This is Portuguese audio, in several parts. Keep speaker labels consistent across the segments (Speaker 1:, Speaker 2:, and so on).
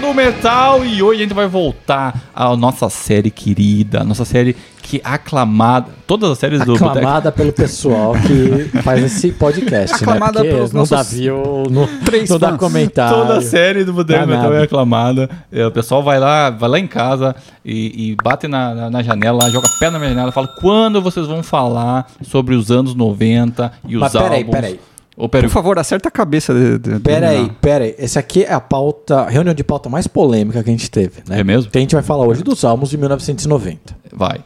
Speaker 1: do metal e hoje a gente vai voltar à nossa série querida, a nossa série que é aclamada, todas as séries do Boteco-
Speaker 2: Aclamada pelo pessoal que faz esse podcast,
Speaker 3: Aclamada
Speaker 2: né? Porque
Speaker 3: pelos
Speaker 2: não dá
Speaker 3: nossos
Speaker 2: view, não,
Speaker 3: três
Speaker 2: não dá
Speaker 3: fãs.
Speaker 2: comentário.
Speaker 1: Toda a série do Boteco
Speaker 2: Danado.
Speaker 1: Metal é aclamada. É, O pessoal vai lá, vai lá em casa e, e bate na, na, na janela, joga pé na minha janela, fala quando vocês vão falar sobre os anos 90 e os
Speaker 2: Mas
Speaker 1: álbuns.
Speaker 2: peraí, peraí.
Speaker 1: Ô, peraí.
Speaker 3: Por favor, acerta a cabeça. De, de- do-
Speaker 2: Pera aí,
Speaker 3: não.
Speaker 2: pera aí. Essa aqui é a pauta, reunião de pauta mais polêmica que a gente teve, né?
Speaker 1: É mesmo?
Speaker 2: Que a gente vai falar hoje dos Salmos de 1990.
Speaker 1: Vai.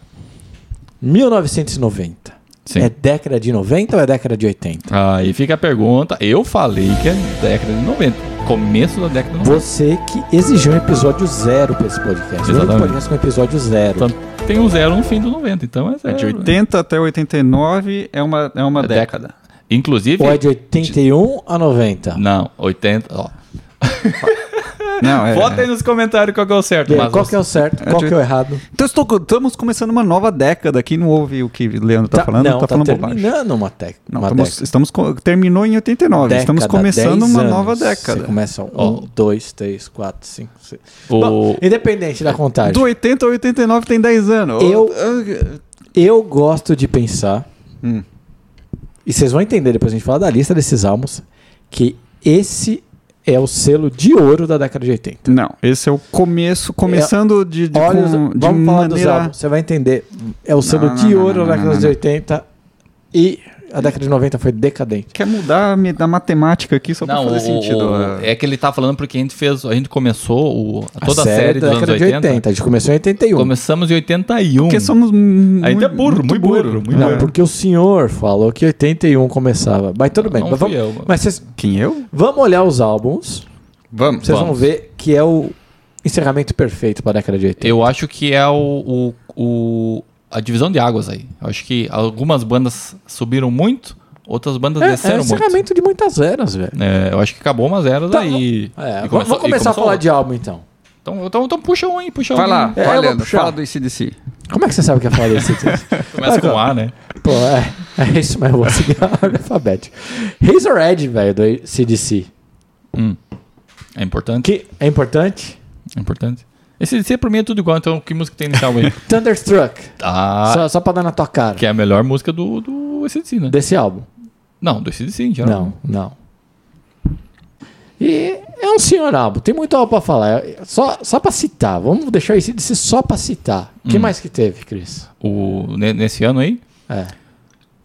Speaker 2: 1990.
Speaker 1: Sim.
Speaker 2: É década de 90 ou é década de 80?
Speaker 1: Aí fica a pergunta. Eu falei que é década de 90. Começo da década de 90.
Speaker 2: Você que exigiu um episódio zero pra esse podcast. Eu
Speaker 1: Exatamente.
Speaker 2: podcast com episódio zero.
Speaker 1: Então, tem um zero no fim do 90, então é
Speaker 3: É
Speaker 1: zero.
Speaker 3: de 80 até 89 é uma, é uma
Speaker 1: É
Speaker 3: década.
Speaker 1: década. Inclusive.
Speaker 2: Ou é de 81 a 90?
Speaker 1: Não, 80. Ó.
Speaker 3: Não, é-
Speaker 1: Bota aí nos comentários qual que é o certo.
Speaker 2: E aí,
Speaker 1: mas
Speaker 2: qual que é o certo? qual
Speaker 3: de
Speaker 2: que é o errado?
Speaker 3: Então estou- estamos começando uma nova década aqui. Não ouve o que o Leandro está
Speaker 2: Tá-
Speaker 3: falando,
Speaker 2: não,
Speaker 3: tá, falando bobagem.
Speaker 2: terminando uma, tec-
Speaker 3: Não,
Speaker 2: uma
Speaker 3: estamos,
Speaker 2: década.
Speaker 3: estamos co- terminou em 89. estamos
Speaker 2: Década,
Speaker 3: começando
Speaker 2: 10
Speaker 3: uma
Speaker 2: anos.
Speaker 3: nova
Speaker 2: Você
Speaker 3: década.
Speaker 2: começa
Speaker 1: Ó.
Speaker 2: um, dois, três, quatro, cinco, seis.
Speaker 1: O-
Speaker 2: Bom, então independente da contagem.
Speaker 3: Do 80 ao 89 tem 10 anos.
Speaker 2: Eu- Eu gosto de pensar,
Speaker 3: Hum.
Speaker 2: e vocês vão entender depois a gente falar da lista desses álbuns, que esse é o selo de ouro da década de 80.
Speaker 3: Não, esse é o começo, começando de, de,
Speaker 2: Olha, os-
Speaker 3: com- de
Speaker 2: vamos falar dos
Speaker 3: maneira...
Speaker 2: álbuns, você vai entender. É o selo
Speaker 3: não,
Speaker 2: de
Speaker 3: não,
Speaker 2: ouro
Speaker 3: não,
Speaker 2: da
Speaker 3: não,
Speaker 2: década
Speaker 3: não,
Speaker 2: de
Speaker 3: não.
Speaker 2: 80 e a década de 90 foi decadente.
Speaker 3: Quer mudar a me- da matemática aqui só
Speaker 1: Não,
Speaker 3: pra fazer
Speaker 1: o-
Speaker 3: sentido.
Speaker 1: o-
Speaker 2: né?
Speaker 3: é.
Speaker 1: é que ele tá falando porque a gente fez, a gente começou o- toda a série,
Speaker 2: da
Speaker 1: dos anos
Speaker 2: década de
Speaker 1: 80.
Speaker 2: 80. A gente começou em 81.
Speaker 1: Começamos em 81.
Speaker 3: Porque somos
Speaker 1: Ainda é burro, muito burro, muito
Speaker 2: Não,
Speaker 1: É.
Speaker 2: porque o senhor falou que 81 começava. Mas tudo bem.
Speaker 1: não
Speaker 2: mas
Speaker 1: fui
Speaker 2: vamos,
Speaker 1: eu, mano.
Speaker 2: mas vocês-
Speaker 3: Quem eu?
Speaker 2: vamos olhar os álbuns.
Speaker 3: Vamos.
Speaker 2: Vocês vão
Speaker 1: Vamos.
Speaker 2: ver que é o encerramento perfeito para a década de 80.
Speaker 1: Eu acho que é o, o- o- a divisão de águas aí. Eu acho que algumas bandas subiram muito, outras bandas
Speaker 2: é, é o
Speaker 1: desceram muito.
Speaker 2: encerramento de muitas eras, velho.
Speaker 1: É, eu acho que acabou umas eras
Speaker 2: Tá,
Speaker 1: aí.
Speaker 2: É,
Speaker 1: E começou- e
Speaker 2: vamos- vamos começar a
Speaker 1: começou
Speaker 2: falar
Speaker 1: outra.
Speaker 2: de álbum, então.
Speaker 1: Então, então, então puxa um aí, puxa
Speaker 3: Vai
Speaker 1: um.
Speaker 3: lá,
Speaker 1: aí.
Speaker 2: tá É, eu
Speaker 3: vai,
Speaker 2: vou
Speaker 3: Leandro,
Speaker 2: puxar.
Speaker 3: fala do ICDC.
Speaker 2: Como é que você sabe que é falar desse texto?
Speaker 1: Começa com A, né?
Speaker 2: Pô, é, é isso mesmo, vou seguir a ordem alfabética. Razor Edge, velho, do CDC.
Speaker 1: É importante.
Speaker 2: Que é importante?
Speaker 1: É importante. Esse DC pra mim é tudo igual, então que música tem nesse álbum aí?
Speaker 2: Thunderstruck.
Speaker 1: Ah,
Speaker 2: Só, só pra dar na tua cara.
Speaker 1: que é a melhor música do, do ACDC, né?
Speaker 2: Desse álbum.
Speaker 1: Não, do ACDC em geral.
Speaker 2: Não, não. E é um senhor álbum, tem muito álbum pra falar. É, Só, só pra citar, vamos deixar esse desse só pra citar. O que mais que teve, Cris?
Speaker 1: O, ne- nesse ano aí,
Speaker 2: É.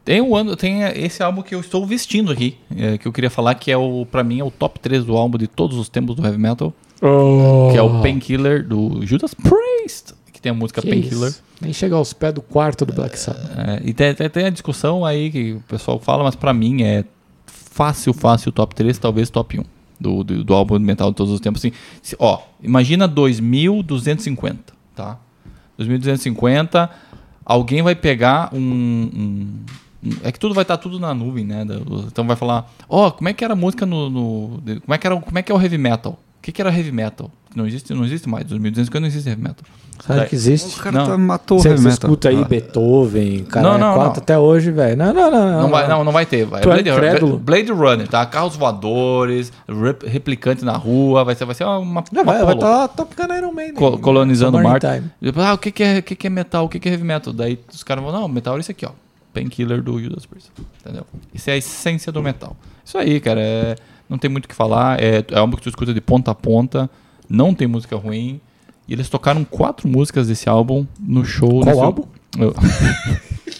Speaker 1: Tem um ano, tem esse álbum que eu estou vestindo aqui, é, que eu queria falar que é o, para mim é o top 3 do álbum de todos os tempos do heavy metal,
Speaker 2: Oh.
Speaker 1: que é o Painkiller do Judas Priest, que tem a música
Speaker 2: Que
Speaker 1: Painkiller.
Speaker 2: isso? Nem chega aos pés do quarto do Black Sabbath.
Speaker 1: É, e tem, tem- tem a discussão aí que o pessoal fala, mas pra mim é fácil, fácil top 3, talvez top 1 do, do, do álbum de metal de todos os tempos. Assim, se- ó, imagina 2250, tá? 2250, alguém vai pegar um. um- um- é que tudo vai estar tudo na nuvem, né? Da- do- Então vai falar, ó, como é que era a música no. no- de- como, é que era, o- como é que é o heavy metal? O que, que era heavy metal? Não existe, não existe mais. 2250 não existe heavy metal.
Speaker 2: Sabe
Speaker 1: Daí-
Speaker 2: É. que
Speaker 3: O
Speaker 2: existe?
Speaker 3: cara
Speaker 1: Não.
Speaker 3: tá- matou o
Speaker 2: Você
Speaker 3: heavy
Speaker 2: você
Speaker 3: metal.
Speaker 2: escuta aí
Speaker 3: Ah.
Speaker 2: Beethoven, cara,
Speaker 1: Não, não,
Speaker 2: quatro
Speaker 1: não.
Speaker 2: até hoje, velho. Não, não, não.
Speaker 1: Não, vai, não, não vai ter. Vai.
Speaker 2: Ah. Tu é
Speaker 1: Blade,
Speaker 2: incrédulo?
Speaker 1: Blade Runner, tá? Carros voadores, rep- replicante na rua, vai ser, vai ser uma,
Speaker 2: Já
Speaker 1: uma
Speaker 2: vai,
Speaker 1: porra
Speaker 2: vai tá lá tocando Iron Maiden.
Speaker 1: Co- colonizando
Speaker 2: Tomorrow
Speaker 1: Marte.
Speaker 2: Time.
Speaker 1: Ah, o que, que, é, o que, que é metal? O que, que é heavy metal? Daí os caras vão, não, metal é isso aqui, ó. Painkiller do Judas Priest. Entendeu? Isso é a essência do metal. Isso aí, cara, é- não tem muito o que falar. É, é álbum que tu escuta de ponta a ponta, não tem música ruim. E eles tocaram quatro músicas desse álbum no show.
Speaker 2: Qual
Speaker 1: nesse-
Speaker 2: álbum?
Speaker 1: Eu-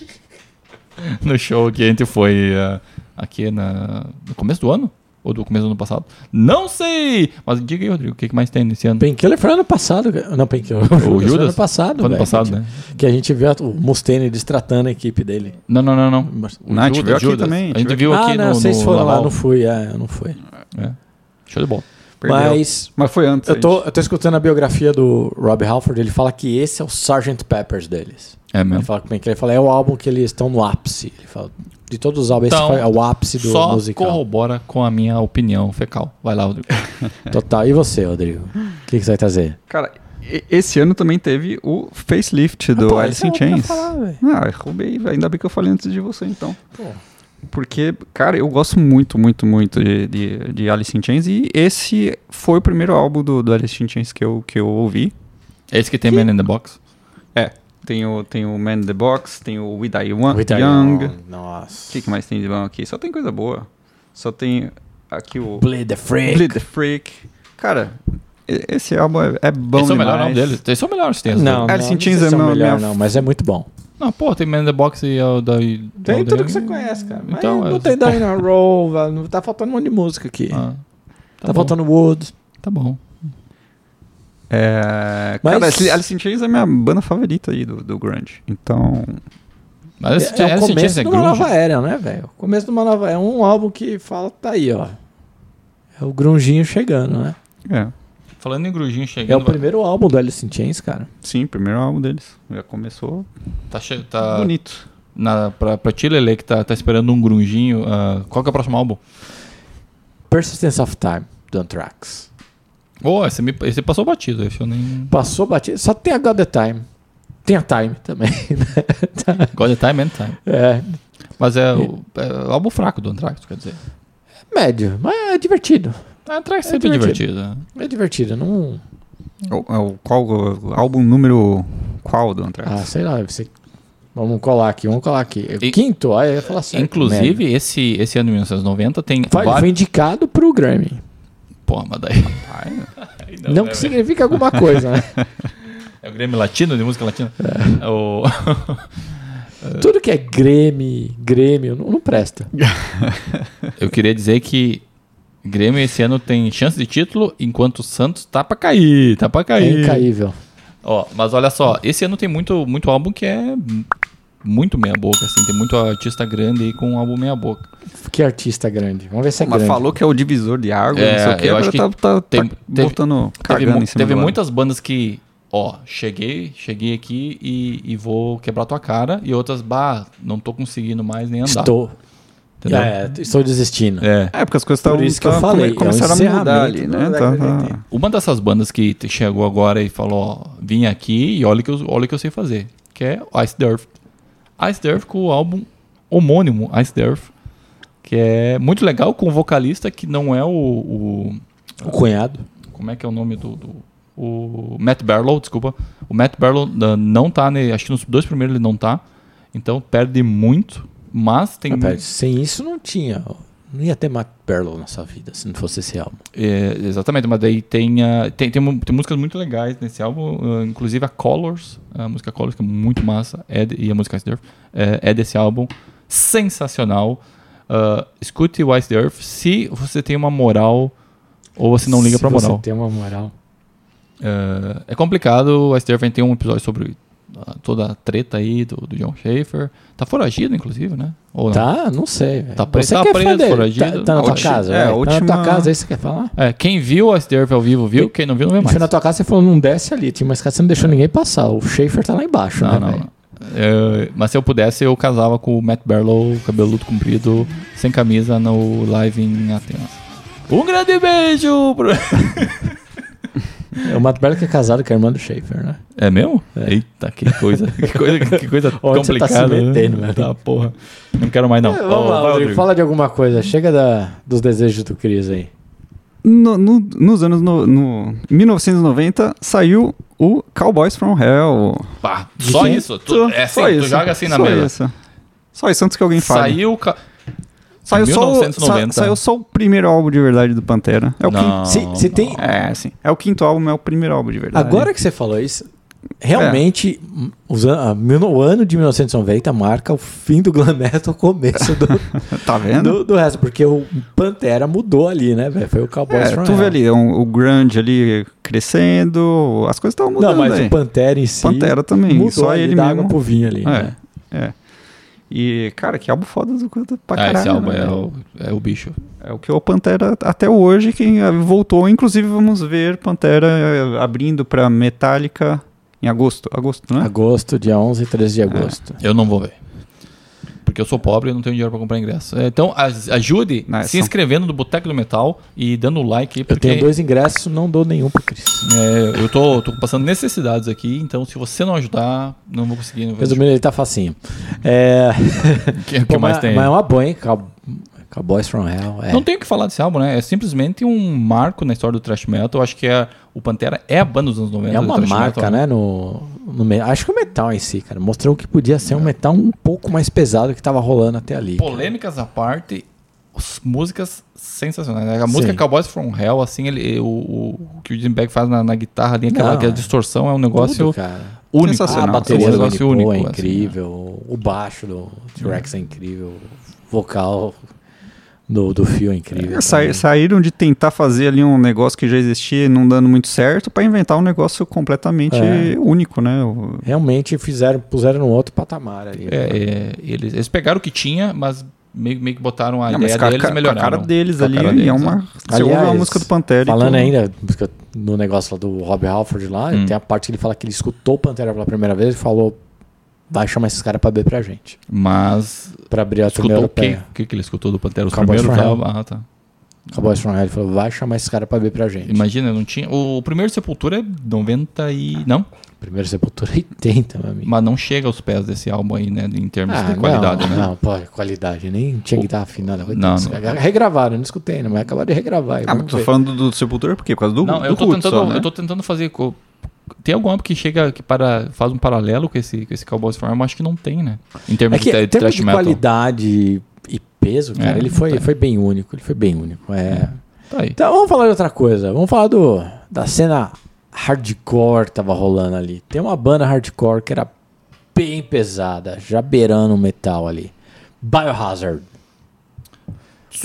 Speaker 1: no show que a gente foi eh, aqui na... no começo do ano? Ou do começo do ano passado? Não sei! Mas diga aí, Rodrigo, o que, que mais tem nesse ano?
Speaker 2: Painkiller foi ano passado, cara. Não, Painkiller. foi
Speaker 1: Judas?
Speaker 2: ano passado,
Speaker 1: Foi ano
Speaker 2: velho.
Speaker 1: passado,
Speaker 2: Que a
Speaker 1: né?
Speaker 2: gente- Que a gente viu o Mustaine destratando a equipe dele.
Speaker 1: Não, não, não, não.
Speaker 2: Mas-
Speaker 1: O
Speaker 3: Não, a gente viu aqui
Speaker 1: Judas.
Speaker 3: também,
Speaker 1: A
Speaker 3: a
Speaker 1: gente
Speaker 3: gente
Speaker 1: viu
Speaker 2: ah,
Speaker 1: aqui
Speaker 2: não,
Speaker 1: no,
Speaker 2: vocês
Speaker 1: no
Speaker 2: foram lá,
Speaker 1: Laval.
Speaker 2: não fui, é, eu não fui.
Speaker 1: É. Show de bola.
Speaker 3: Perdeu.
Speaker 2: Mas
Speaker 3: Mas foi antes.
Speaker 2: eu tô,
Speaker 3: gente.
Speaker 2: eu tô escutando a biografia do Rob Halford, ele fala que esse é o Sgt. Peppers deles.
Speaker 1: É
Speaker 3: Né?
Speaker 2: Ele fala como é que ele fala, é o álbum que eles estão no ápice. Ele fala, de todos os álbuns,
Speaker 1: Então,
Speaker 2: esse foi, é o ápice do
Speaker 1: Só
Speaker 2: musical.
Speaker 1: corrobora com a minha opinião fecal. Vai lá, Rodrigo.
Speaker 2: Total. E você, Rodrigo? O que, que você vai trazer?
Speaker 3: Cara, e- esse ano também teve o facelift do
Speaker 2: pô,
Speaker 3: Alice
Speaker 2: esse é
Speaker 3: in
Speaker 2: outro pra
Speaker 3: Chains.
Speaker 2: falar, velho.
Speaker 3: ah, eu roubei, velho. ainda bem que eu falei antes de você, então. Porque, cara, eu gosto muito, muito, muito de, de, de Alice in Chains. E esse foi o primeiro álbum do, do Alice in Chains que eu, que eu ouvi.
Speaker 1: É Esse que tem Man in the Box.
Speaker 3: É, tem o, tem o Man in the Box, tem o We Die Young.
Speaker 2: We Die
Speaker 3: Young. O
Speaker 2: Nossa.
Speaker 3: que, que mais tem de bom aqui? Só tem coisa boa. Só tem aqui o
Speaker 2: Play the Freak.
Speaker 3: Bleed the Freak. Cara, e- esse álbum é, é bom
Speaker 1: esse é o
Speaker 3: demais.
Speaker 1: melhor álbum deles. Esse é o melhor, se tem essa-
Speaker 2: Não, não,
Speaker 3: Alice in
Speaker 2: não sei
Speaker 3: Chains
Speaker 2: se
Speaker 3: é
Speaker 2: é o
Speaker 3: uma-
Speaker 2: melhor,
Speaker 3: minha-
Speaker 2: não, mas é muito bom.
Speaker 1: Não, pô, tem Man in the Box e é o da.
Speaker 2: Tem tudo que você conhece, cara. Mas
Speaker 1: Então,
Speaker 2: não
Speaker 1: é-
Speaker 2: tem Diana Roll, velho, não- tá faltando um monte de música aqui.
Speaker 1: Ah,
Speaker 2: tá
Speaker 1: bom,
Speaker 2: faltando Wood.
Speaker 1: Tá bom.
Speaker 3: É,
Speaker 2: Mas-
Speaker 3: Cara, esse Alice in Chains é minha banda favorita aí do, do grunge. Então,
Speaker 1: Mas esse,
Speaker 2: é, é o
Speaker 1: esse James
Speaker 2: começo
Speaker 1: é
Speaker 2: de uma
Speaker 1: grunge.
Speaker 2: nova era, né, velho? O Começo de uma nova era. Um álbum que fala, tá aí, ó. É o grunginho chegando, né?
Speaker 3: é.
Speaker 1: Falando em grunginho chegando.
Speaker 2: É o primeiro álbum do Alice in Chains, cara.
Speaker 3: Sim, primeiro álbum deles. Já começou
Speaker 1: Tá, che-
Speaker 2: Ah.
Speaker 1: tá
Speaker 3: bonito.
Speaker 1: na, pra, pra ti, Lele, que tá, tá esperando um grunginho. ah, qual que é o próximo álbum?
Speaker 2: Persistence of Time, do Anthrax.
Speaker 1: Oh, esse, me- esse passou batido. Esse eu nem.
Speaker 2: Passou batido. Só tem a God the Time. Tem a Time também.
Speaker 1: God of Time and Time.
Speaker 2: É,
Speaker 1: Mas é o, é o álbum fraco do Anthrax, quer dizer.
Speaker 2: médio, mas é divertido.
Speaker 1: Ah, Anthrax
Speaker 2: É
Speaker 1: sempre é
Speaker 2: divertido.
Speaker 1: divertido. né?
Speaker 2: É divertido, não...
Speaker 3: O, é o- qual, o álbum número qual do
Speaker 1: É.
Speaker 3: Anthrax?
Speaker 2: Ah, sei lá, você... Vamos colar aqui, vamos colar aqui.
Speaker 1: E-
Speaker 2: Quinto, aí eu ia falar certo.
Speaker 1: Inclusive,
Speaker 2: merda.
Speaker 1: esse, esse ano de 1990 tem
Speaker 2: Foi,
Speaker 1: vários.
Speaker 2: foi indicado pro Grammy.
Speaker 1: Pô, mas daí.
Speaker 3: Ai,
Speaker 2: Não,
Speaker 1: né,
Speaker 2: que significa alguma coisa, né?
Speaker 1: É o Grêmio Latino, de música latina. É o-
Speaker 2: Tudo que é Grêmio, Grêmio, não, não presta.
Speaker 1: Eu queria dizer que Grêmio esse ano tem chance de título, enquanto o Santos tá pra cair, tá pra
Speaker 2: É
Speaker 1: cair.
Speaker 2: incaível.
Speaker 1: Ó, mas olha só, esse ano tem muito, muito álbum que é muito meia boca, assim, tem muito artista grande aí com um álbum meia boca.
Speaker 2: Que artista grande. Vamos ver se é
Speaker 3: mas
Speaker 2: grande.
Speaker 3: falou que é o divisor de água,
Speaker 1: É,
Speaker 3: não sei o que.
Speaker 1: eu
Speaker 3: agora
Speaker 1: acho que
Speaker 3: tá, tá,
Speaker 1: tem-
Speaker 3: tá
Speaker 1: teve- Teve,
Speaker 3: botando, cagando
Speaker 1: mu-
Speaker 3: em cima
Speaker 1: teve
Speaker 3: do
Speaker 1: muitas bandas que, ó, cheguei, cheguei aqui e, e vou quebrar tua cara, e outras, bah, não tô conseguindo mais nem andar.
Speaker 2: Estou.
Speaker 1: Entendeu?
Speaker 2: É, estou desistindo.
Speaker 1: É.
Speaker 3: É, porque as coisas estavam
Speaker 2: Por isso que eu
Speaker 3: tavam-
Speaker 2: falei, é um
Speaker 3: começaram a mudar
Speaker 2: encerramento
Speaker 3: ali,
Speaker 2: da
Speaker 3: né?
Speaker 2: década de
Speaker 3: Tava-
Speaker 2: 80.
Speaker 1: Uma dessas bandas que te- chegou agora e falou, ó, vim aqui e olha o que eu, olha o que eu sei fazer, que é Ice The Earth. Ice The Earth com o álbum homônimo, Ice The Earth, que é muito legal com o vocalista que não é o... o-
Speaker 2: O cunhado.
Speaker 1: como é que é o nome do... do- o Matt Barlow, desculpa. O Matt Barlow ah, não tá, né, acho que nos dois primeiros ele não tá, então perde muito, mas tem...
Speaker 2: Rapaz, sem isso não tinha. Não ia ter Matt Perlow na sua vida, se não fosse esse álbum.
Speaker 1: É, exatamente, mas daí tem, ah, tem, tem, mu- tem músicas muito legais nesse álbum, ah, inclusive a Colors, a música Colors, que é muito massa, é de- e a música Ice the Earth, é, é desse álbum, sensacional. Ah, escute o Ice the Earth se você tem uma moral ou você não liga pra
Speaker 2: você
Speaker 1: moral.
Speaker 2: tem uma moral.
Speaker 1: Ah, é complicado, o Ice the Earth tem um episódio sobre ah, toda a treta aí do, do John Schaefer. Tá foragido, inclusive, né? Ou não?
Speaker 2: Tá, não sei. velho.
Speaker 1: Tá preso,
Speaker 2: você
Speaker 1: tá
Speaker 2: quer
Speaker 1: preso,
Speaker 2: Tá,
Speaker 1: foragido.
Speaker 2: tá na
Speaker 3: A
Speaker 2: tua
Speaker 3: ulti-
Speaker 2: casa,
Speaker 3: é,
Speaker 2: velho.
Speaker 3: a
Speaker 2: Tá na tua
Speaker 3: última-
Speaker 2: casa, aí você quer falar?
Speaker 1: É, quem viu o Ice the Earth ao vivo viu, quem não viu não vê
Speaker 2: Ele
Speaker 1: mais.
Speaker 2: foi na tua casa você falou, não desce ali. Tim, Mas cara, você não deixou ninguém passar. O Schaefer tá lá embaixo, né,
Speaker 1: Não, não,
Speaker 2: velho?
Speaker 1: não. É, mas se eu pudesse, eu casava com o Matt Barlow, cabeludo comprido, sem camisa, no live em Atenas. Um grande beijo! Pro...
Speaker 2: É o Matt Perlow que é casado com a irmã do Schaefer, né?
Speaker 1: É mesmo? Eita, que coisa, que coisa, que coisa
Speaker 2: Onde você tá se
Speaker 1: complicada. né?
Speaker 2: metendo, meu
Speaker 1: Tá, porra. Não quero mais, não.
Speaker 2: É, vamos
Speaker 1: Ó,
Speaker 2: lá,
Speaker 1: vai,
Speaker 2: Rodrigo,
Speaker 1: Rodrigo.
Speaker 2: Fala de alguma coisa. Chega da- dos desejos do Cris aí.
Speaker 3: No- no- nos anos no, no 1990 saiu o Cowboys from Hell.
Speaker 1: Pá, só
Speaker 2: quem?
Speaker 1: isso? Tu, é assim,
Speaker 3: Só
Speaker 1: tu
Speaker 3: isso.
Speaker 1: joga assim na
Speaker 3: Só
Speaker 1: mesa.
Speaker 3: Isso. Só isso antes que alguém fale.
Speaker 1: Saiu o ca...
Speaker 3: Saiu só, o,
Speaker 1: 1990.
Speaker 3: sa- saiu só o primeiro álbum de verdade do Pantera. É o
Speaker 1: Não,
Speaker 2: Se- se
Speaker 1: não.
Speaker 2: tem-
Speaker 3: quinto. É, sim. É o quinto álbum, é o primeiro álbum de verdade. É.
Speaker 2: Agora que você falou isso, realmente hum, os an- a mil- o ano de 1990 marca o fim do glam metal, o começo do,
Speaker 3: tá vendo?
Speaker 2: do, do resto, porque o Pantera mudou ali, né, velho? Foi o Cowboys
Speaker 3: É,
Speaker 2: from
Speaker 3: tu vê
Speaker 2: Hell.
Speaker 3: ali um- o grunge ali crescendo, as coisas estavam mudando.
Speaker 2: Não, mas
Speaker 3: aí.
Speaker 2: o Pantera em si
Speaker 3: Pantera também,
Speaker 2: mudou
Speaker 3: só
Speaker 2: ali
Speaker 3: ele
Speaker 2: da
Speaker 3: mesmo.
Speaker 2: água pro vinho ali.
Speaker 3: É,
Speaker 2: né?
Speaker 3: é. E, cara, que álbum foda do coisa pra
Speaker 1: Ah,
Speaker 3: caralho.
Speaker 1: esse álbum
Speaker 3: né?
Speaker 1: é o, é o bicho.
Speaker 3: É o que o Pantera até hoje quem ah, voltou, inclusive vamos ver Pantera eh, abrindo pra Metallica em agosto, agosto, né? É.
Speaker 2: Agosto, dia 11 e 13 de agosto.
Speaker 1: Eu não vou ver. Porque Porque eu sou pobre e não tenho dinheiro pra comprar ingresso. É, Então, as- ajude
Speaker 3: Nice.
Speaker 1: se inscrevendo no Boteco do Metal e dando like aí,
Speaker 2: é Eu
Speaker 1: porque
Speaker 2: tenho dois ingressos, não dou nenhum pro Cris.
Speaker 1: é, eu tô, tô passando necessidades aqui, então se você não ajudar, não vou conseguir. Não vou
Speaker 2: Resumindo, ele tá facinho. É...
Speaker 1: o que, o que
Speaker 2: Pô,
Speaker 1: mais
Speaker 2: mas,
Speaker 1: tem?
Speaker 2: Mas é uma boa, hein? Cow- Cowboys from Hell. É.
Speaker 1: Não tem o que falar desse álbum, né? É simplesmente um marco na história do thrash metal. Eu acho que é, o Pantera é a banda dos anos 90.
Speaker 2: É
Speaker 1: do
Speaker 2: uma
Speaker 1: thrash
Speaker 2: marca,
Speaker 1: metal.
Speaker 2: né? No, no me- acho que o metal em si, cara, mostrou que podia
Speaker 1: É.
Speaker 2: ser um metal um pouco mais pesado que tava rolando até ali. cara.
Speaker 1: Polêmicas à parte, as músicas sensacionais. né? A música
Speaker 2: Sim.
Speaker 1: Cowboys from Hell, assim, ele, o, o- o que o Jim Beck faz na, na guitarra ali, aquela,
Speaker 2: Não,
Speaker 1: aquela
Speaker 2: é.
Speaker 1: distorção, é um
Speaker 2: Tudo,
Speaker 1: negócio
Speaker 2: cara.
Speaker 1: único.
Speaker 2: A
Speaker 3: Sensacional.
Speaker 2: bateria
Speaker 1: é um
Speaker 2: do
Speaker 1: negócio
Speaker 2: Winnie Pooh é
Speaker 1: único. assim, Uhum.
Speaker 2: incrível, o baixo do T-Rex é incrível, o vocal do, do Fio é incrível.
Speaker 3: É, sai-
Speaker 2: também.
Speaker 3: saíram de tentar fazer ali um negócio que já existia e não dando muito certo pra inventar um negócio completamente
Speaker 2: É.
Speaker 3: único, né? O-
Speaker 2: Realmente fizeram, puseram num outro patamar ali. né?
Speaker 1: É, é, eles, eles pegaram o que tinha, mas meio, meio que botaram a
Speaker 3: Não,
Speaker 1: ideia
Speaker 3: mas com a,
Speaker 1: deles
Speaker 3: ca-
Speaker 1: e
Speaker 3: com a
Speaker 1: melhoraram.
Speaker 3: cara deles
Speaker 1: Com a
Speaker 3: ali
Speaker 1: cara
Speaker 3: e é
Speaker 1: deles,
Speaker 3: uma.
Speaker 1: né?
Speaker 3: Você ouve a
Speaker 2: Aliás,
Speaker 3: música do Pantera
Speaker 2: Falando
Speaker 3: e tudo.
Speaker 2: ainda música- no negócio lá do Rob Halford lá,
Speaker 1: então? Hum.
Speaker 2: tem a parte que ele fala que ele escutou o Pantera pela primeira vez e falou: vai chamar esses caras pra beber pra gente.
Speaker 1: Mas
Speaker 2: Pra abrir a turnê
Speaker 1: escutou o quê?
Speaker 2: europeia.
Speaker 1: O que, que ele escutou do Pantera? Os
Speaker 2: Cowboys
Speaker 1: primeiros
Speaker 2: from
Speaker 1: tal? Ah, tá.
Speaker 2: Acabou de falar, ele falou: vai chamar esses caras pra beber pra gente.
Speaker 1: Imagina, não tinha. O, o primeiro Sepultura é 90 e. Não,
Speaker 2: Primeiro Sepultura 80, meu amigo.
Speaker 1: mas não chega aos pés desse álbum aí, né? Em termos
Speaker 2: Ah,
Speaker 1: de qualidade,
Speaker 2: não,
Speaker 1: né?
Speaker 2: Não, pô, qualidade. Nem tinha guitarra afinada.
Speaker 1: Não,
Speaker 2: Não,
Speaker 1: não.
Speaker 2: Regravaram, não escutei, não, mas acabaram de regravar.
Speaker 3: Ah,
Speaker 2: vamos
Speaker 3: mas tô
Speaker 2: ver.
Speaker 3: falando do Sepultura por quê? Por causa do,
Speaker 1: Não,
Speaker 3: do
Speaker 1: eu tô,
Speaker 3: culto
Speaker 1: tentando,
Speaker 3: só, né?
Speaker 1: eu tô tentando fazer. co- Tem algum álbum que chega, que para, faz um paralelo com esse, com esse Cowboys Farm? Eu acho que não tem, né? Em termos
Speaker 2: É que,
Speaker 1: de,
Speaker 2: em
Speaker 1: de
Speaker 2: termos
Speaker 1: thrash
Speaker 2: de
Speaker 1: metal.
Speaker 2: qualidade e peso,
Speaker 1: É,
Speaker 2: cara, ele foi,
Speaker 1: tá.
Speaker 2: foi bem único. Ele foi bem único. é.
Speaker 1: Tá aí.
Speaker 2: Então vamos falar de outra coisa. Vamos falar do, da cena hardcore que tava rolando ali. Tem uma banda hardcore que era bem pesada, já beirando o metal ali. Biohazard. Então,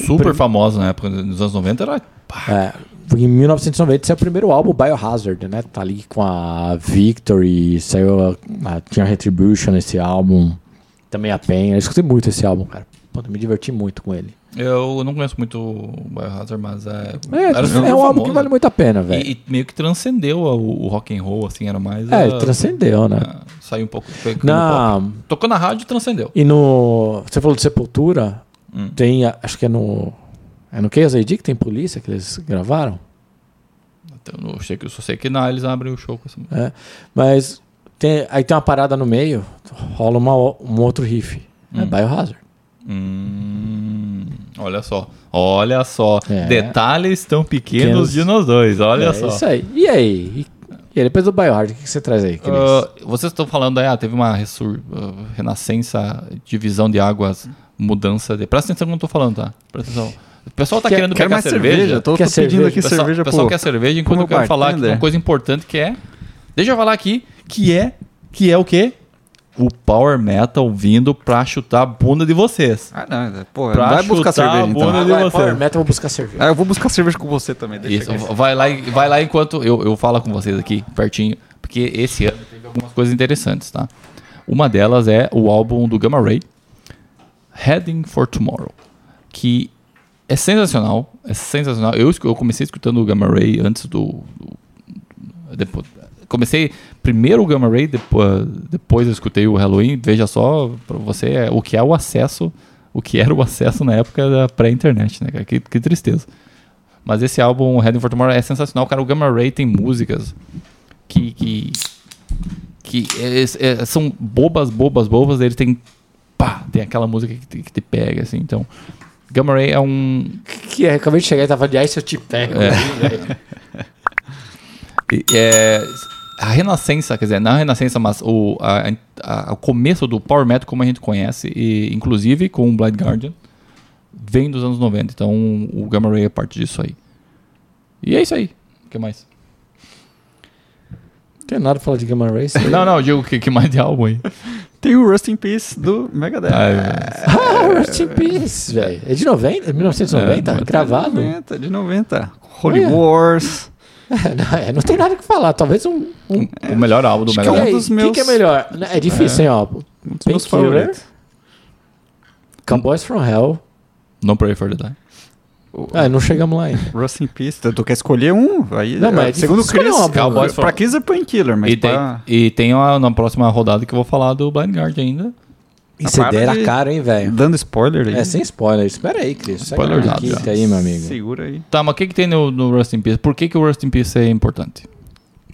Speaker 1: Super famosa na época, nos anos 90 era. pá,
Speaker 2: É, foi em 1990 saiu o primeiro álbum Biohazard, né? Tá ali com a Victory, saiu a, a- tinha Retribution nesse álbum, também a Pain. Eu escutei muito esse álbum, cara. Puta, me diverti muito com ele.
Speaker 1: Eu não conheço muito o Biohazard, mas é.
Speaker 2: É,
Speaker 1: era super
Speaker 2: é um álbum que
Speaker 1: famoso.
Speaker 2: vale muito a pena, velho.
Speaker 1: E, e meio que transcendeu o, o rock and roll, assim, era mais.
Speaker 2: É,
Speaker 1: a-
Speaker 2: ele transcendeu, né?
Speaker 1: a- saiu um pouco. foi- foi no
Speaker 2: Na,
Speaker 1: pop. Tocou na rádio e transcendeu.
Speaker 2: E no. Você falou de Sepultura?
Speaker 1: Hum.
Speaker 2: Tem. a- Acho que é no. É no Chaos AD que tem polícia que eles gravaram?
Speaker 1: Então, eu, sei que, eu só sei que na, eles abrem o show com essa música.
Speaker 2: É. Mas. Tem, aí tem uma parada no meio, rola uma, o- um outro riff. É Biohazard.
Speaker 1: Hum, olha só. Olha só.
Speaker 2: É.
Speaker 1: Detalhes tão pequenos,
Speaker 2: Pequenos.
Speaker 1: de nós dois. Olha
Speaker 2: é
Speaker 1: só.
Speaker 2: isso aí. E aí? E, e aí, depois do Biohazard, o que, que você traz aí, Cris?
Speaker 1: Ah, vocês estão falando aí, ah, teve uma ressur- ah, renascença, divisão de águas, mudança de. Presta atenção no que eu tô falando, tá? Presta atenção. O pessoal tá
Speaker 2: Quer-
Speaker 1: querendo
Speaker 3: Quero
Speaker 1: pegar
Speaker 3: mais cerveja,
Speaker 1: cerveja.
Speaker 3: tô, tô
Speaker 2: Quer
Speaker 3: pedindo
Speaker 2: cerveja?
Speaker 1: O
Speaker 3: aqui
Speaker 1: pessoal,
Speaker 3: cerveja,
Speaker 1: o pessoal
Speaker 3: pô.
Speaker 1: quer cerveja, enquanto
Speaker 3: Como
Speaker 1: eu quero falar aqui
Speaker 3: bartender.
Speaker 1: uma coisa importante que é. Deixa eu falar aqui que é. Que é o quê? O Power Metal vindo pra chutar a bunda de vocês.
Speaker 3: Ah, não, pô,
Speaker 1: Pra
Speaker 3: vai buscar
Speaker 1: chutar a
Speaker 3: cerveja
Speaker 1: bunda
Speaker 3: então.
Speaker 1: de-
Speaker 2: vai,
Speaker 1: você?
Speaker 2: Power Metal, vou buscar cerveja.
Speaker 3: Ah, eu vou buscar cerveja com você também,
Speaker 1: Isso,
Speaker 3: deixa aqui.
Speaker 1: vai lá, e- vai lá enquanto eu, eu falo com vocês aqui, pertinho, porque esse ano teve algumas coisas interessantes, tá? Uma delas é o álbum do Gamma Ray, Heading for Tomorrow, que é sensacional, é sensacional. Eu, escu- eu comecei escutando o Gamma Ray antes do... do- depois, comecei primeiro o Gamma Ray, depo- depois eu escutei o Halloween. Veja só, pra você, é o que é o acesso, o que era o acesso na época da pré-internet, né? cara? Que, que tristeza. Mas esse álbum, Heading for Tomorrow, é sensacional. Cara, o Gamma Ray tem músicas que. que, que é- é- são bobas, bobas, bobas. Ele tem. Pá! Tem aquela música que te, que te pega, assim. Então. Gamma Ray é um.
Speaker 2: Que, que é? Acabei de chegar e tava de, ai, se eu te pego.
Speaker 1: É.
Speaker 2: velho."
Speaker 1: E- é, a Renascença, quer dizer, não a Renascença, mas o, a- a- o começo do Power Metal como a gente conhece, e, inclusive com o Blind Guardian, vem dos anos 90. Então o Gamma Ray é parte disso aí. E é isso aí. O que mais?
Speaker 2: Não tem nada pra falar de Gamma Race.
Speaker 1: Não, não, eu digo que, que mais de álbum aí.
Speaker 3: Tem o Rust in Peace do Megadeth. É,
Speaker 1: Ah,
Speaker 2: ah, Rest in Peace, velho. É de 90? 1990?
Speaker 1: É,
Speaker 2: gravado?
Speaker 3: De 90, de 90. Holy
Speaker 2: Tá Olha.
Speaker 3: Wars.
Speaker 2: É, não, é, não tem nada o que falar. Talvez um. um...
Speaker 1: o melhor álbum do
Speaker 3: Acho que é
Speaker 1: Megadeth.
Speaker 2: E aí,
Speaker 3: um dos
Speaker 2: que
Speaker 3: meus-
Speaker 2: que é melhor? É difícil, hein, ó.
Speaker 3: Um dos meus
Speaker 2: Painkiller.
Speaker 3: favoritos.
Speaker 2: Cowboys from Hell.
Speaker 3: é
Speaker 1: No Pray for the Dying.
Speaker 2: Ah, não chegamos lá ainda.
Speaker 3: Rust in Peace. Tu tu quer escolher um? Aí,
Speaker 2: Não, mas é
Speaker 3: segundo o
Speaker 2: difícil escolher
Speaker 3: Chris,
Speaker 2: uma,
Speaker 1: Cowboys
Speaker 3: pra
Speaker 1: from-
Speaker 3: Chris é Painkiller, mas
Speaker 1: E tem,
Speaker 3: pra...
Speaker 1: e tem uma- na próxima rodada que eu vou falar do Blind Guardian ainda.
Speaker 2: E CD
Speaker 3: para
Speaker 2: era
Speaker 3: de-
Speaker 2: caro, hein, velho?
Speaker 3: Dando spoiler aí.
Speaker 2: É, sem spoiler. Espera aí, Cris. Segue
Speaker 1: Spoiler
Speaker 2: na
Speaker 1: já,
Speaker 2: quinta
Speaker 1: já.
Speaker 2: aí, meu amigo.
Speaker 3: Segura aí.
Speaker 1: Tá, mas o que, que tem no, no Rust in Peace? Por que, que o Rust in Peace é importante?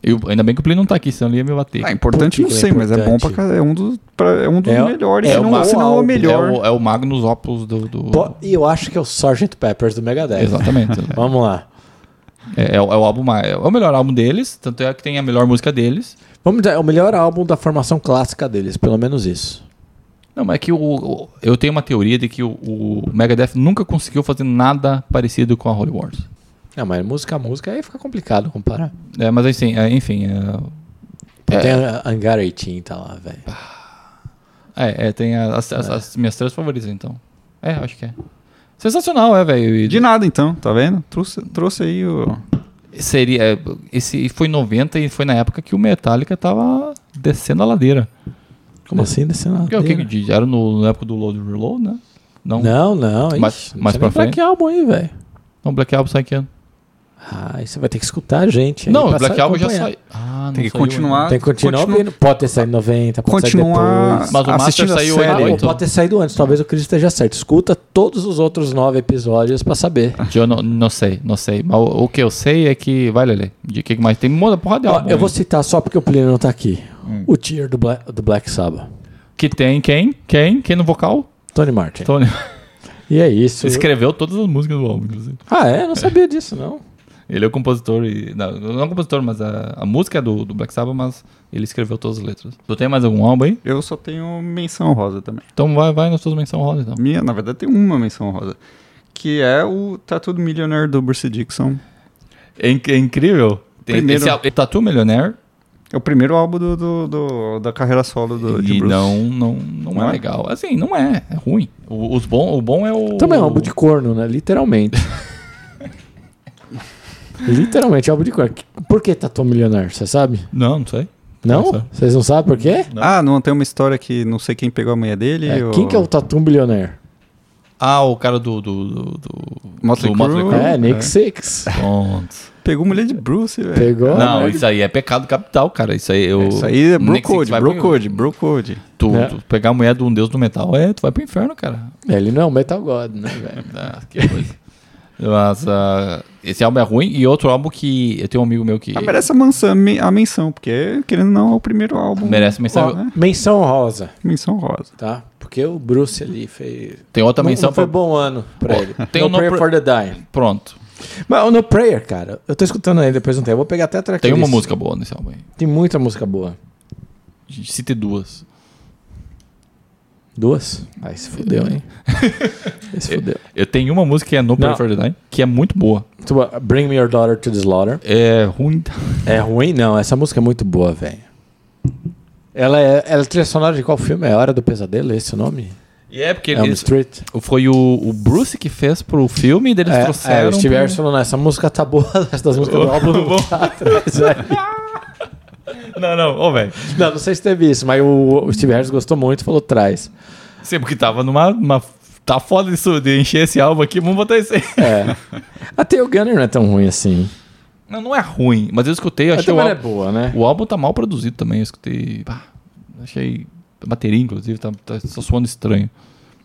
Speaker 1: Eu, ainda bem que o Play não tá aqui, senão ele ia me bater.
Speaker 3: Ah, importante
Speaker 2: Por que
Speaker 3: não
Speaker 2: que ele é
Speaker 3: sei, mas é bom
Speaker 2: importante?
Speaker 3: pra caralho. É um dos, pra- é um dos
Speaker 2: É o-
Speaker 3: melhores,
Speaker 2: é
Speaker 3: se
Speaker 2: o
Speaker 3: não,
Speaker 2: maior
Speaker 3: se não o
Speaker 2: álbum,
Speaker 3: melhor.
Speaker 1: É o, é o Magnus Opus do. do-
Speaker 2: Pô, E eu acho que é o Sgt. Peppers do
Speaker 3: é.
Speaker 2: Megadeth.
Speaker 1: Exatamente.
Speaker 2: Vamos lá.
Speaker 1: é, é o é o álbum mais- é o melhor álbum deles, tanto é que tem a melhor música deles.
Speaker 2: Vamos dizer, é o melhor álbum da formação clássica deles, pelo menos isso.
Speaker 1: Não, mas é que o, o- eu tenho uma teoria de que o, o Megadeth nunca conseguiu fazer nada parecido com a Holy Wars.
Speaker 2: É, mas música a música aí fica complicado comparar.
Speaker 1: É, mas assim, é, enfim. é-
Speaker 2: Pô,
Speaker 1: É.
Speaker 2: Tem a Hangar 18 tá lá, velho.
Speaker 1: É, é, tem a- as, as- as minhas três favoritas, então. É, acho que é. Sensacional, é, velho. E-
Speaker 3: De nada, então, tá vendo? Trouxe, trouxe aí o.
Speaker 1: Seria. é, Esse foi 90 e foi na época que o Metallica tava descendo a ladeira.
Speaker 2: Como assim desse lado?
Speaker 1: Porque é o que que diz? Era no, na época do Load and Reload, né? Não. Não,
Speaker 2: Não, não.
Speaker 1: Mas-
Speaker 2: ixi, não
Speaker 1: mas
Speaker 2: sei
Speaker 1: pra
Speaker 2: nem pra
Speaker 1: frente.
Speaker 2: que álbum aí, velho?
Speaker 1: Black Album sai que ano?
Speaker 2: Ah, aí você vai ter que escutar a gente. aí
Speaker 1: Não,
Speaker 2: pra
Speaker 1: o Black
Speaker 2: sa-
Speaker 1: Album já
Speaker 2: acompanhar.
Speaker 1: saiu. Ah,
Speaker 3: Tem que
Speaker 1: saiu
Speaker 3: continuar.
Speaker 2: Tem que continuar
Speaker 3: Continua-
Speaker 2: ouvindo. Pode ter saído em 90, pode sair
Speaker 3: Continuar
Speaker 2: depois.
Speaker 1: Mas o
Speaker 3: assistindo
Speaker 1: Master
Speaker 3: a
Speaker 1: saiu
Speaker 3: série.
Speaker 1: ainda,
Speaker 2: Ah,
Speaker 1: oito.
Speaker 2: ou pode ter saído antes, talvez o Cris esteja certo. Escuta todos os outros nove episódios pra saber.
Speaker 1: ainda. Eu não, não sei, não sei. Mas o, o que eu sei é que. Vai, Lele. De que que mais? Tem uma porra de
Speaker 2: Ó,
Speaker 1: álbum.
Speaker 2: eu vou
Speaker 1: hein?
Speaker 2: citar só porque o Plínio não tá aqui.
Speaker 1: Hum.
Speaker 2: O tier do, Bla do Black Sabbath.
Speaker 1: Que tem quem? Quem? Quem no vocal?
Speaker 2: Tony Martin.
Speaker 1: Tony.
Speaker 2: E é isso.
Speaker 1: Escreveu todas as músicas do álbum, inclusive.
Speaker 2: Ah, é? Eu não sabia disso, não.
Speaker 1: Ele é o compositor e. Não, não é o compositor, mas a, a música é do, do Black Sabbath, mas ele escreveu todas as letras. Tu tem mais algum álbum aí?
Speaker 3: Eu só tenho menção rosa também.
Speaker 1: Então vai, vai nas suas menções rosa, então.
Speaker 3: Minha, na verdade, tem uma menção rosa. Que é o Tattoo do Millionaire do Bruce Dixon.
Speaker 1: É, inc- é incrível. Tem
Speaker 3: Primeiro-
Speaker 1: esse álbum, Tattoo Millionaire
Speaker 3: É o primeiro álbum do, do- do- da carreira solo do, de
Speaker 1: e
Speaker 3: Bruce.
Speaker 1: não, não, não,
Speaker 3: Não
Speaker 1: é
Speaker 3: é?
Speaker 1: legal. Assim, não é. É ruim. O, os bom, o bom é o.
Speaker 2: Também é um álbum de corno, né? Literalmente. Literalmente, é um álbum de corno. Por que Tatu Milionário? Você sabe?
Speaker 1: Não, não sei.
Speaker 2: Não?
Speaker 1: Nossa.
Speaker 2: Vocês não sabem por quê?
Speaker 3: Ah, não tem uma história que não sei quem pegou a mulher dele?
Speaker 2: É,
Speaker 3: ou-
Speaker 2: Quem que é o Tatu Bilionaire?
Speaker 1: Ah, o cara do. do, do, do
Speaker 3: Motley
Speaker 1: do
Speaker 3: Crue. Hum,
Speaker 2: É, Nick
Speaker 3: é.
Speaker 2: Six.
Speaker 1: Pronto.
Speaker 3: Pegou a mulher de Bruce, velho.
Speaker 2: Pegou?
Speaker 1: Não,
Speaker 2: né?
Speaker 1: isso aí é pecado capital, cara. Isso aí, eu,
Speaker 3: Isso aí é
Speaker 1: Nick
Speaker 3: Bro
Speaker 1: Six
Speaker 3: Code,
Speaker 1: vai
Speaker 3: Bro
Speaker 1: pro-
Speaker 3: Code, Bro Code.
Speaker 1: Tu,
Speaker 2: É.
Speaker 1: tu pegar a mulher de um deus do metal, é, tu vai pro inferno, cara.
Speaker 2: Ele não é um Metal God, né, velho?
Speaker 1: Ah, que coisa. Mas ah, esse álbum é ruim e outro álbum que eu tenho um amigo meu que
Speaker 3: Ah, merece a, mansão, me- a menção, porque, querendo ou não, é o primeiro
Speaker 2: um
Speaker 3: álbum.
Speaker 1: merece menção.
Speaker 2: né?
Speaker 3: Ó.
Speaker 2: Menção rosa,
Speaker 3: Menção rosa.
Speaker 2: tá? Porque o Bruce ali fez.
Speaker 1: Tem outra
Speaker 2: Não-
Speaker 1: menção
Speaker 2: não foi
Speaker 1: pra-
Speaker 2: bom ano pra
Speaker 1: Ó,
Speaker 2: ele.
Speaker 1: tem
Speaker 2: no
Speaker 1: o No
Speaker 2: Prayer
Speaker 1: Pra-
Speaker 2: for the Dying.
Speaker 1: Pronto.
Speaker 2: Mas o No Prayer, cara, eu tô escutando aí depois de um tempo. Eu Vou pegar até a track
Speaker 1: Tem uma
Speaker 2: list.
Speaker 1: música boa nesse álbum aí.
Speaker 2: Tem muita música boa.
Speaker 1: Cite duas.
Speaker 2: Duas? Aí se fudeu, hein? Aí se fudeu.
Speaker 1: Eu tenho uma música que é No Prayer
Speaker 2: Não.
Speaker 1: for the Dying, que é muito boa.
Speaker 2: Tu, uh, Bring Me Your Daughter to the Slaughter.
Speaker 1: É ruim.
Speaker 2: É ruim? Não, essa música é muito boa, velho. Ela é, ela é trilha sonora de qual filme? É Hora do Pesadelo? É esse o nome?
Speaker 1: E é porque
Speaker 2: Elm
Speaker 1: eles.
Speaker 2: Street.
Speaker 1: Foi o, o Bruce que fez pro filme e daí eles
Speaker 2: é,
Speaker 1: trouxeram.
Speaker 2: é, o Steve
Speaker 1: pro-
Speaker 2: Harris falou, não, essa música tá boa, essa das músicas do álbum não tá atrás, velho.
Speaker 1: Não, não, ô, velho.
Speaker 2: Não, não sei se teve isso, mas o, o Steve Harris gostou muito e falou, traz.
Speaker 1: Sei porque tava numa. numa- Tá foda isso de encher esse álbum aqui, vamos botar esse aí.
Speaker 2: É. Até o Gunner não é tão ruim assim.
Speaker 1: Não, não é ruim, mas eu escutei, eu
Speaker 2: Até
Speaker 1: achei o
Speaker 2: ela é
Speaker 1: álbum,
Speaker 2: boa, né?
Speaker 1: o álbum tá mal produzido também, eu escutei. pá, achei. A bateria, inclusive, tá, tá só soando estranho.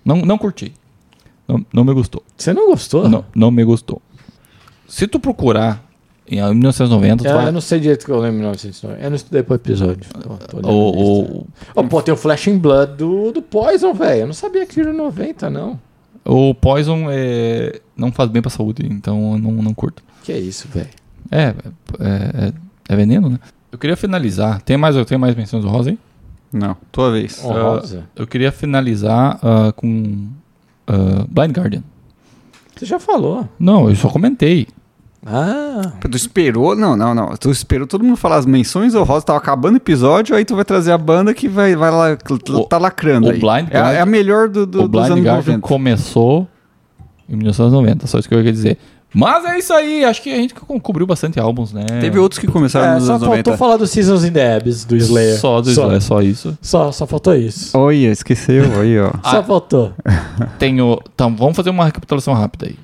Speaker 1: Não, não curti. Não, não me gostou.
Speaker 2: Você não gostou?
Speaker 1: Não, não me gostou. Se tu procurar em ah, 1990, tu
Speaker 2: É, Eu,
Speaker 1: vai.
Speaker 2: eu não sei direito que eu lembro 1909. Eu não estudei pro episódio. Então, tô olhando a lista.
Speaker 1: O, o,
Speaker 2: Ô, pô, tem o Flash in Blood do, do Poison, velho. Eu não sabia que era 90, não.
Speaker 1: o Poison é, não faz bem pra saúde, então eu não, não curto.
Speaker 2: Que é isso, velho.
Speaker 1: É, é, é, é veneno, né? Eu queria finalizar. Tem mais, tem mais menções do Rosa aí?
Speaker 3: Não, tua vez.
Speaker 2: Honrosa.
Speaker 1: Eu queria finalizar ah, com ah, Blind Guardian. É.
Speaker 2: Você já falou.
Speaker 1: Não, eu só comentei.
Speaker 2: Ah.
Speaker 3: Tu esperou? Não, não, não. Tu esperou todo mundo falar as menções ou Rosa tava acabando o episódio, aí tu vai trazer a banda que vai, vai lá,
Speaker 1: O-
Speaker 3: tá lacrando
Speaker 1: o
Speaker 3: aí.
Speaker 1: Blind
Speaker 3: é, a-
Speaker 1: Guardian-
Speaker 3: é a melhor do, do,
Speaker 1: o
Speaker 3: dos
Speaker 1: Blind
Speaker 3: anos
Speaker 1: Guardian
Speaker 3: 90.
Speaker 1: começou em 1990, só isso que eu queria dizer. Mas é isso aí, acho que a gente co- cobriu bastante álbuns, né?
Speaker 3: Teve outros que começaram
Speaker 1: Tá
Speaker 2: É,
Speaker 3: nos
Speaker 2: só
Speaker 3: anos
Speaker 2: faltou
Speaker 3: 90.
Speaker 2: falar do Seasons in the Abyss, do Slayer.
Speaker 1: Só do Slayer, só isso.
Speaker 2: Só, só faltou isso.
Speaker 3: Olha, esqueceu, aí, ó.
Speaker 1: Ah.
Speaker 2: Só faltou.
Speaker 1: Tenho. Então, vamos fazer uma recapitulação rápida aí.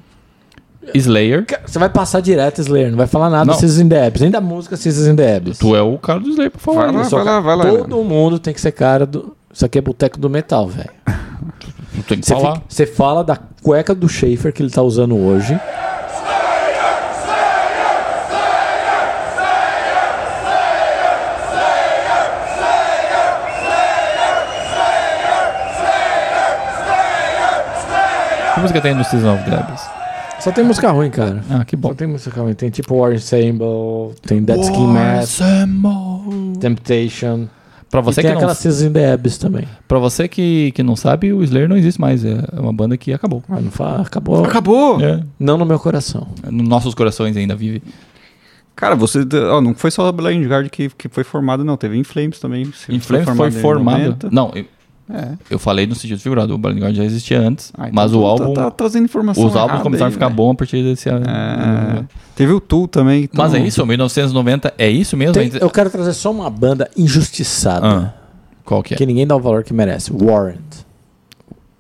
Speaker 1: Slayer.
Speaker 2: Ca- Você vai passar direto Slayer, não vai falar nada
Speaker 1: Não.
Speaker 2: do Seasons in the Abyss, nem da música Seasons in the Abyss.
Speaker 1: Tu é o cara do Slayer, por favor.
Speaker 3: Ah, Vai lá,
Speaker 2: só-
Speaker 3: vai lá, vai lá.
Speaker 2: Todo mundo tem que ser cara do, Isso aqui é boteco do metal, velho.
Speaker 1: Tu tem que
Speaker 2: Você
Speaker 1: falar.
Speaker 2: fica- Você fala da cueca do Schaefer que ele tá usando hoje.
Speaker 1: Que música tem no Season of the Abyss?
Speaker 2: Só tem música ruim, cara.
Speaker 1: Ah, que
Speaker 2: Só
Speaker 1: bom.
Speaker 2: tem música ruim. Tem tipo War Ensemble, tem Dead Skin Mask,
Speaker 1: Orson-
Speaker 2: Temptation.
Speaker 1: Pra você,
Speaker 2: e tem
Speaker 1: que não,
Speaker 2: aquela Season in the Abyss também.
Speaker 1: pra você que, que não sabe, o Slayer não existe mais. É uma banda que acabou.
Speaker 2: Ah, não fala, acabou.
Speaker 3: Acabou!
Speaker 1: É,
Speaker 2: Não no meu coração.
Speaker 1: nos nossos corações ainda vive.
Speaker 3: Cara, você. ó, não foi só a Blind Guard que, que foi formada, não. Teve Inflames também. se
Speaker 1: Inflames foi
Speaker 3: em
Speaker 1: formado.
Speaker 3: 90.
Speaker 1: Não, eu,
Speaker 3: É.
Speaker 1: eu falei no sentido figurado. O Blind Guardian já existia antes,
Speaker 3: Ah, então
Speaker 1: mas
Speaker 3: tu
Speaker 1: o
Speaker 3: tá-
Speaker 1: álbum,
Speaker 3: Tá, trazendo informação.
Speaker 1: os álbuns
Speaker 3: errada
Speaker 1: começaram a
Speaker 3: aí,
Speaker 1: ficar
Speaker 3: velho.
Speaker 1: bom a partir desse ano.
Speaker 3: É. Teve o Tool também. então-
Speaker 1: Mas é isso? 1990 é isso mesmo?
Speaker 2: Tem- um
Speaker 1: Ainda-
Speaker 2: eu quero trazer só uma banda injustiçada.
Speaker 1: Ah, qual que é?
Speaker 2: Que ninguém dá o valor que merece. Warrant.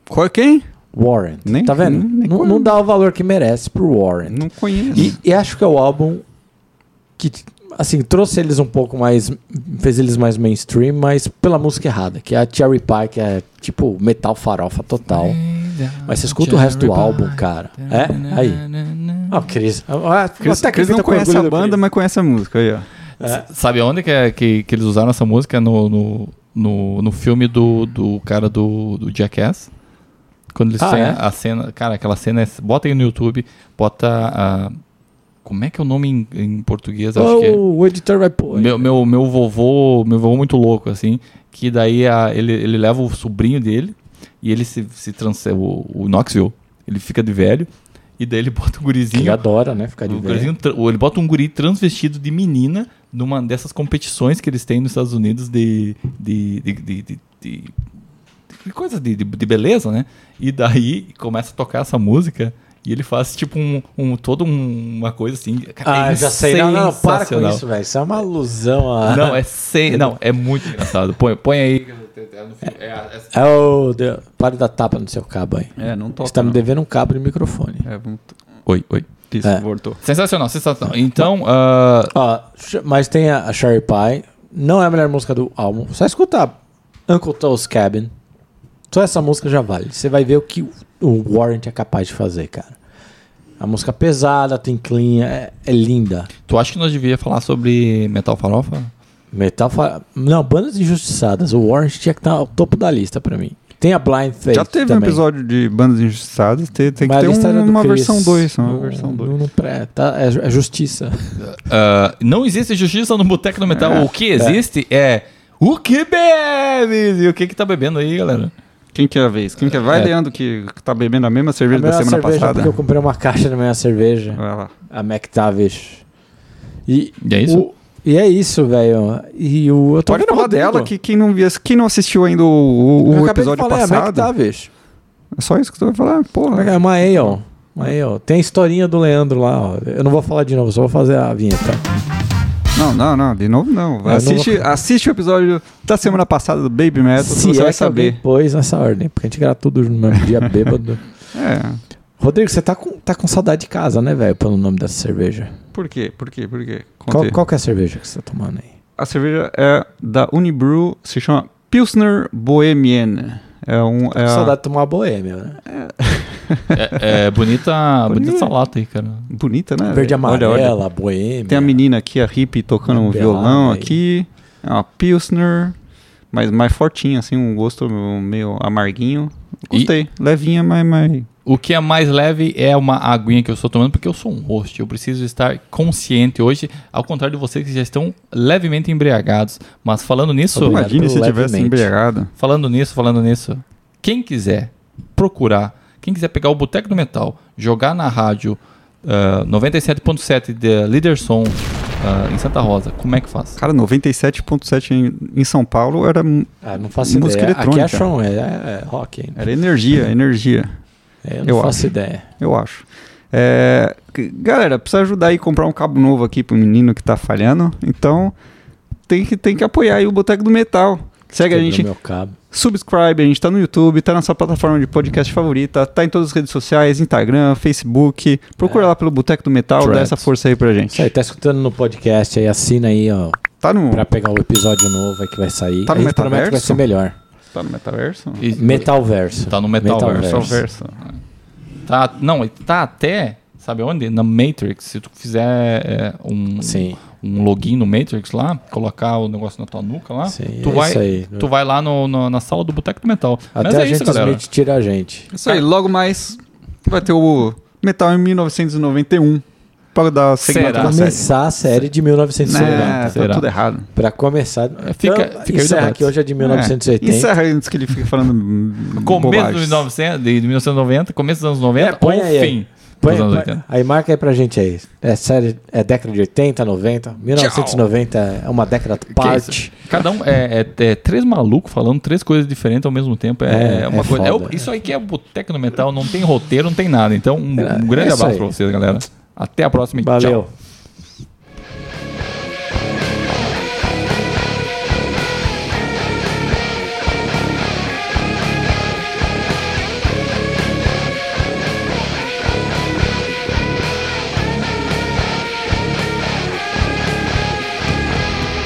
Speaker 3: Qual é quem?
Speaker 2: Warrant.
Speaker 3: Nem-
Speaker 2: tá vendo?
Speaker 3: nem- nem
Speaker 2: não,
Speaker 3: conheço.
Speaker 2: não dá o valor que merece pro Warrant.
Speaker 3: Não conheço.
Speaker 2: E, e acho que é o álbum que, assim, trouxe eles um pouco mais. fez eles mais mainstream, mas pela música errada, que é a Cherry Pie, que é tipo metal farofa total.
Speaker 1: É.
Speaker 2: Mas você escuta o resto do álbum, cara. É? Aí. Ah, o Cris. Ah,
Speaker 3: Chris,
Speaker 2: até
Speaker 3: Chris
Speaker 2: acredita
Speaker 3: não
Speaker 2: com o
Speaker 3: conhece
Speaker 2: orgulho
Speaker 3: a
Speaker 2: do
Speaker 3: banda,
Speaker 2: Chris.
Speaker 3: mas conhece a música. Aí, ó.
Speaker 1: Sabe onde que, é- que, que eles usaram essa música? No, no, no, no filme do, do cara do, do Jackass. Quando eles
Speaker 2: Ah,
Speaker 1: têm
Speaker 2: é?
Speaker 1: a cena. Cara, aquela cena. é- Bota aí no YouTube. Bota a. Como é que é o nome em, em português? Acho que é.
Speaker 2: Oh, o editor vai pôr.
Speaker 1: Meu, meu, meu vovô, meu vovô muito louco, assim, que daí a- ele, ele leva o sobrinho dele e ele se, se transforma, o, o Knoxville, ele fica de velho e daí ele bota um
Speaker 2: Ele
Speaker 1: gurizinho,
Speaker 2: adora, né? Ficar de
Speaker 1: o
Speaker 2: velho.
Speaker 1: gurizinho tra- ou ele bota um guri transvestido de menina numa dessas competições que eles têm nos Estados Unidos de, de, de, de, de- de- de coisa de, de- de beleza, né? E daí começa a tocar essa música e ele faz tipo um, um todo um- uma coisa assim. cara,
Speaker 2: Ah,
Speaker 1: é
Speaker 2: já sei. Não, não, não, para com
Speaker 1: sensacional.
Speaker 2: isso, velho. Isso é uma alusão a.
Speaker 1: Não, é sem... Não, é muito engraçado. Põe, põe aí. assim.
Speaker 2: É o. de- Pare da tapa no seu cabo aí.
Speaker 3: É, não toca.
Speaker 2: Você tá me
Speaker 3: não.
Speaker 2: devendo um cabo de microfone.
Speaker 3: É, vamos... t-
Speaker 1: Oi, oi.
Speaker 3: Isso,
Speaker 2: É.
Speaker 3: voltou.
Speaker 1: Sensacional, sensacional. Então, ah,
Speaker 2: Ó, sh- mas tem a, a Sherry Pie. Não é a melhor música do álbum. Só escuta Uncle Toe's Cabin. Só essa música já vale. Você vai ver o que o- o Warrant é capaz de fazer, cara. A música pesada, tem clean, é, é linda.
Speaker 1: tu acha que nós devia falar sobre Metal Farofa?
Speaker 2: Metal fa- Não, bandas injustiçadas. O Warrant tinha que estar ao topo da lista pra mim. Tem a Blind Faith
Speaker 3: Já teve um
Speaker 2: também.
Speaker 3: episódio de bandas injustiçadas. Tem, tem que
Speaker 2: Mas a
Speaker 3: ter
Speaker 2: lista
Speaker 3: um-
Speaker 2: era do
Speaker 3: uma
Speaker 2: Chris.
Speaker 3: versão 2. Uma
Speaker 2: Não-
Speaker 3: versão 2.
Speaker 2: não- não pré- tá, é, é justiça.
Speaker 1: Ah, não existe justiça no Boteco do Metal. O que existe é... o que bebe? E o que que tá bebendo aí, galera?
Speaker 3: Quem que é a vez? Quem que é? Vai,
Speaker 1: É.
Speaker 3: Leandro, que que tá bebendo a mesma
Speaker 2: A
Speaker 3: cerveja da
Speaker 2: melhor
Speaker 3: semana
Speaker 2: cerveja,
Speaker 3: passada.
Speaker 2: porque eu comprei uma caixa da minha cerveja.
Speaker 3: Vai lá.
Speaker 2: A McTavish. E,
Speaker 1: E é isso?
Speaker 2: o- e é isso, velho. E o. Eu tô
Speaker 3: Pode falar
Speaker 2: falando
Speaker 3: dela, que quem não, via, quem não assistiu ainda o, o- o
Speaker 2: Eu acabei de
Speaker 3: episódio
Speaker 2: falar, É a
Speaker 3: passado.
Speaker 2: McTavish.
Speaker 3: É só isso que tu vai falar. Porra.
Speaker 2: É uma ale. Uma ale. Tem a historinha do Leandro lá, ó. Eu não vou falar de novo, só vou fazer a vinheta.
Speaker 3: Não, não, não. De novo, não.
Speaker 2: não
Speaker 3: assiste, assiste o episódio da semana passada do Baby Metal,
Speaker 2: Se
Speaker 3: você
Speaker 2: é
Speaker 3: vai
Speaker 2: que alguém
Speaker 3: saber.
Speaker 2: pôs nessa ordem, porque a gente grava tudo no mesmo dia bêbado.
Speaker 3: É.
Speaker 2: Rodrigo, você tá com, tá com saudade de casa, né, velho? Pelo nome dessa cerveja.
Speaker 3: Por quê? Por quê? Por quê?
Speaker 2: Qual,
Speaker 3: Contei.
Speaker 2: qual que é a cerveja que você tá tomando aí?
Speaker 3: A cerveja é da Unibrew, se chama Pilsner Bohemienne. É um. É a...
Speaker 2: Saudade de tomar uma boêmia, né?
Speaker 1: É, é bonita, bonita essa lata aí, cara.
Speaker 3: Bonita, né?
Speaker 2: Verde e
Speaker 3: velho? Olha,
Speaker 2: amarela,
Speaker 3: olha.
Speaker 2: boêmia.
Speaker 3: Tem a menina aqui, a hippie, tocando um
Speaker 2: Uma
Speaker 3: violão
Speaker 2: pelada aí.
Speaker 3: aqui. É uma Pilsner. Mas mais fortinha, assim, um gosto meio amarguinho.
Speaker 1: E-
Speaker 3: Gostei. Levinha, mas. mas...
Speaker 1: O que é mais leve é uma aguinha que eu estou tomando, porque eu sou um host. Eu preciso estar consciente hoje, ao contrário de vocês que já estão levemente embriagados. Mas falando nisso,
Speaker 2: Obrigado.
Speaker 3: Imagine se
Speaker 2: levemente.
Speaker 3: tivesse embriagado.
Speaker 1: falando nisso, falando nisso, quem quiser procurar, quem quiser pegar o Boteco do Metal, jogar na rádio ah, 97.7 de Liderson ah, em Santa Rosa, como é que faz?
Speaker 3: Cara, 97.7 em, em São Paulo era,
Speaker 2: Ah, não faço
Speaker 3: Música
Speaker 2: ideia. Aqui
Speaker 3: eletrônica.
Speaker 2: é show, é, é rock, hein?
Speaker 3: era energia, energia,
Speaker 2: É, eu não
Speaker 3: Eu
Speaker 2: faço ideia.
Speaker 3: eu acho. É, que- galera, precisa ajudar aí a comprar um cabo novo aqui pro menino que tá falhando. Então, tem que, tem que apoiar aí o Boteco do Metal. Segue a
Speaker 2: Quebrou
Speaker 3: gente,
Speaker 2: meu cabo.
Speaker 3: subscribe, a gente tá no YouTube, tá na sua plataforma de podcast favorita, tá em todas as redes sociais, Instagram, Facebook. Procura lá pelo Boteco do Metal, dá
Speaker 2: Threads.
Speaker 3: essa força É. aí pra gente.
Speaker 2: Isso aí, tá escutando no podcast aí, assina aí, ó,
Speaker 3: Tá no...
Speaker 2: pra pegar o episódio novo aí que vai sair.
Speaker 3: Tá no
Speaker 2: Aí promete que vai
Speaker 3: metaverso?
Speaker 2: ser melhor.
Speaker 3: Tá no metaverso?
Speaker 1: E-
Speaker 2: Metalverso.
Speaker 1: Tá no Metalverse.
Speaker 3: Só verso.
Speaker 1: Tá, não, tá até, sabe onde? Na Matrix. Se tu fizer é, um,
Speaker 2: Sim,
Speaker 1: um login no Matrix lá, colocar o negócio na tua nuca lá,
Speaker 2: sim.
Speaker 1: Ah, tu,
Speaker 2: é
Speaker 1: vai,
Speaker 2: isso aí.
Speaker 1: tu vai lá no, no- na sala do Boteco do Metal. Mas
Speaker 2: Até
Speaker 1: é
Speaker 2: a gente
Speaker 1: isso, galera.
Speaker 2: Smith tira a gente.
Speaker 3: É Isso aí, logo mais vai ter o Metal em 1991 para um. dar segmento
Speaker 1: Será?
Speaker 3: da série.
Speaker 2: Começar a série de 1990.
Speaker 3: Né,
Speaker 1: será.
Speaker 3: Tá tudo errado.
Speaker 2: Pra começar.
Speaker 1: É. fica-
Speaker 2: Então,
Speaker 1: fica aí o
Speaker 2: encerra
Speaker 1: debate.
Speaker 2: aqui hoje é de 1980.
Speaker 3: É. Encerra antes que ele fique falando hum,
Speaker 1: Começo
Speaker 3: bobagens.
Speaker 1: dos 900, de 1990, começo dos anos 90
Speaker 2: É, põe
Speaker 1: ou
Speaker 2: aí,
Speaker 1: fim
Speaker 2: Põe,
Speaker 1: dos anos
Speaker 2: põe-
Speaker 1: 80.
Speaker 2: aí marca aí pra gente aí. É série, é década de 80, 90. 1990 é uma década à parte.
Speaker 1: Cada um é, é- é três malucos falando três coisas diferentes ao mesmo tempo. É,
Speaker 2: É,
Speaker 1: uma
Speaker 2: é
Speaker 1: coisa. é o-
Speaker 2: foda.
Speaker 1: isso aí que é o Boteco do Metal, não tem roteiro, não tem nada. Então, um,
Speaker 2: É,
Speaker 1: um grande
Speaker 2: é isso
Speaker 1: abraço
Speaker 2: aí.
Speaker 1: pra vocês, galera. Até a próxima e tchau.
Speaker 2: Valeu.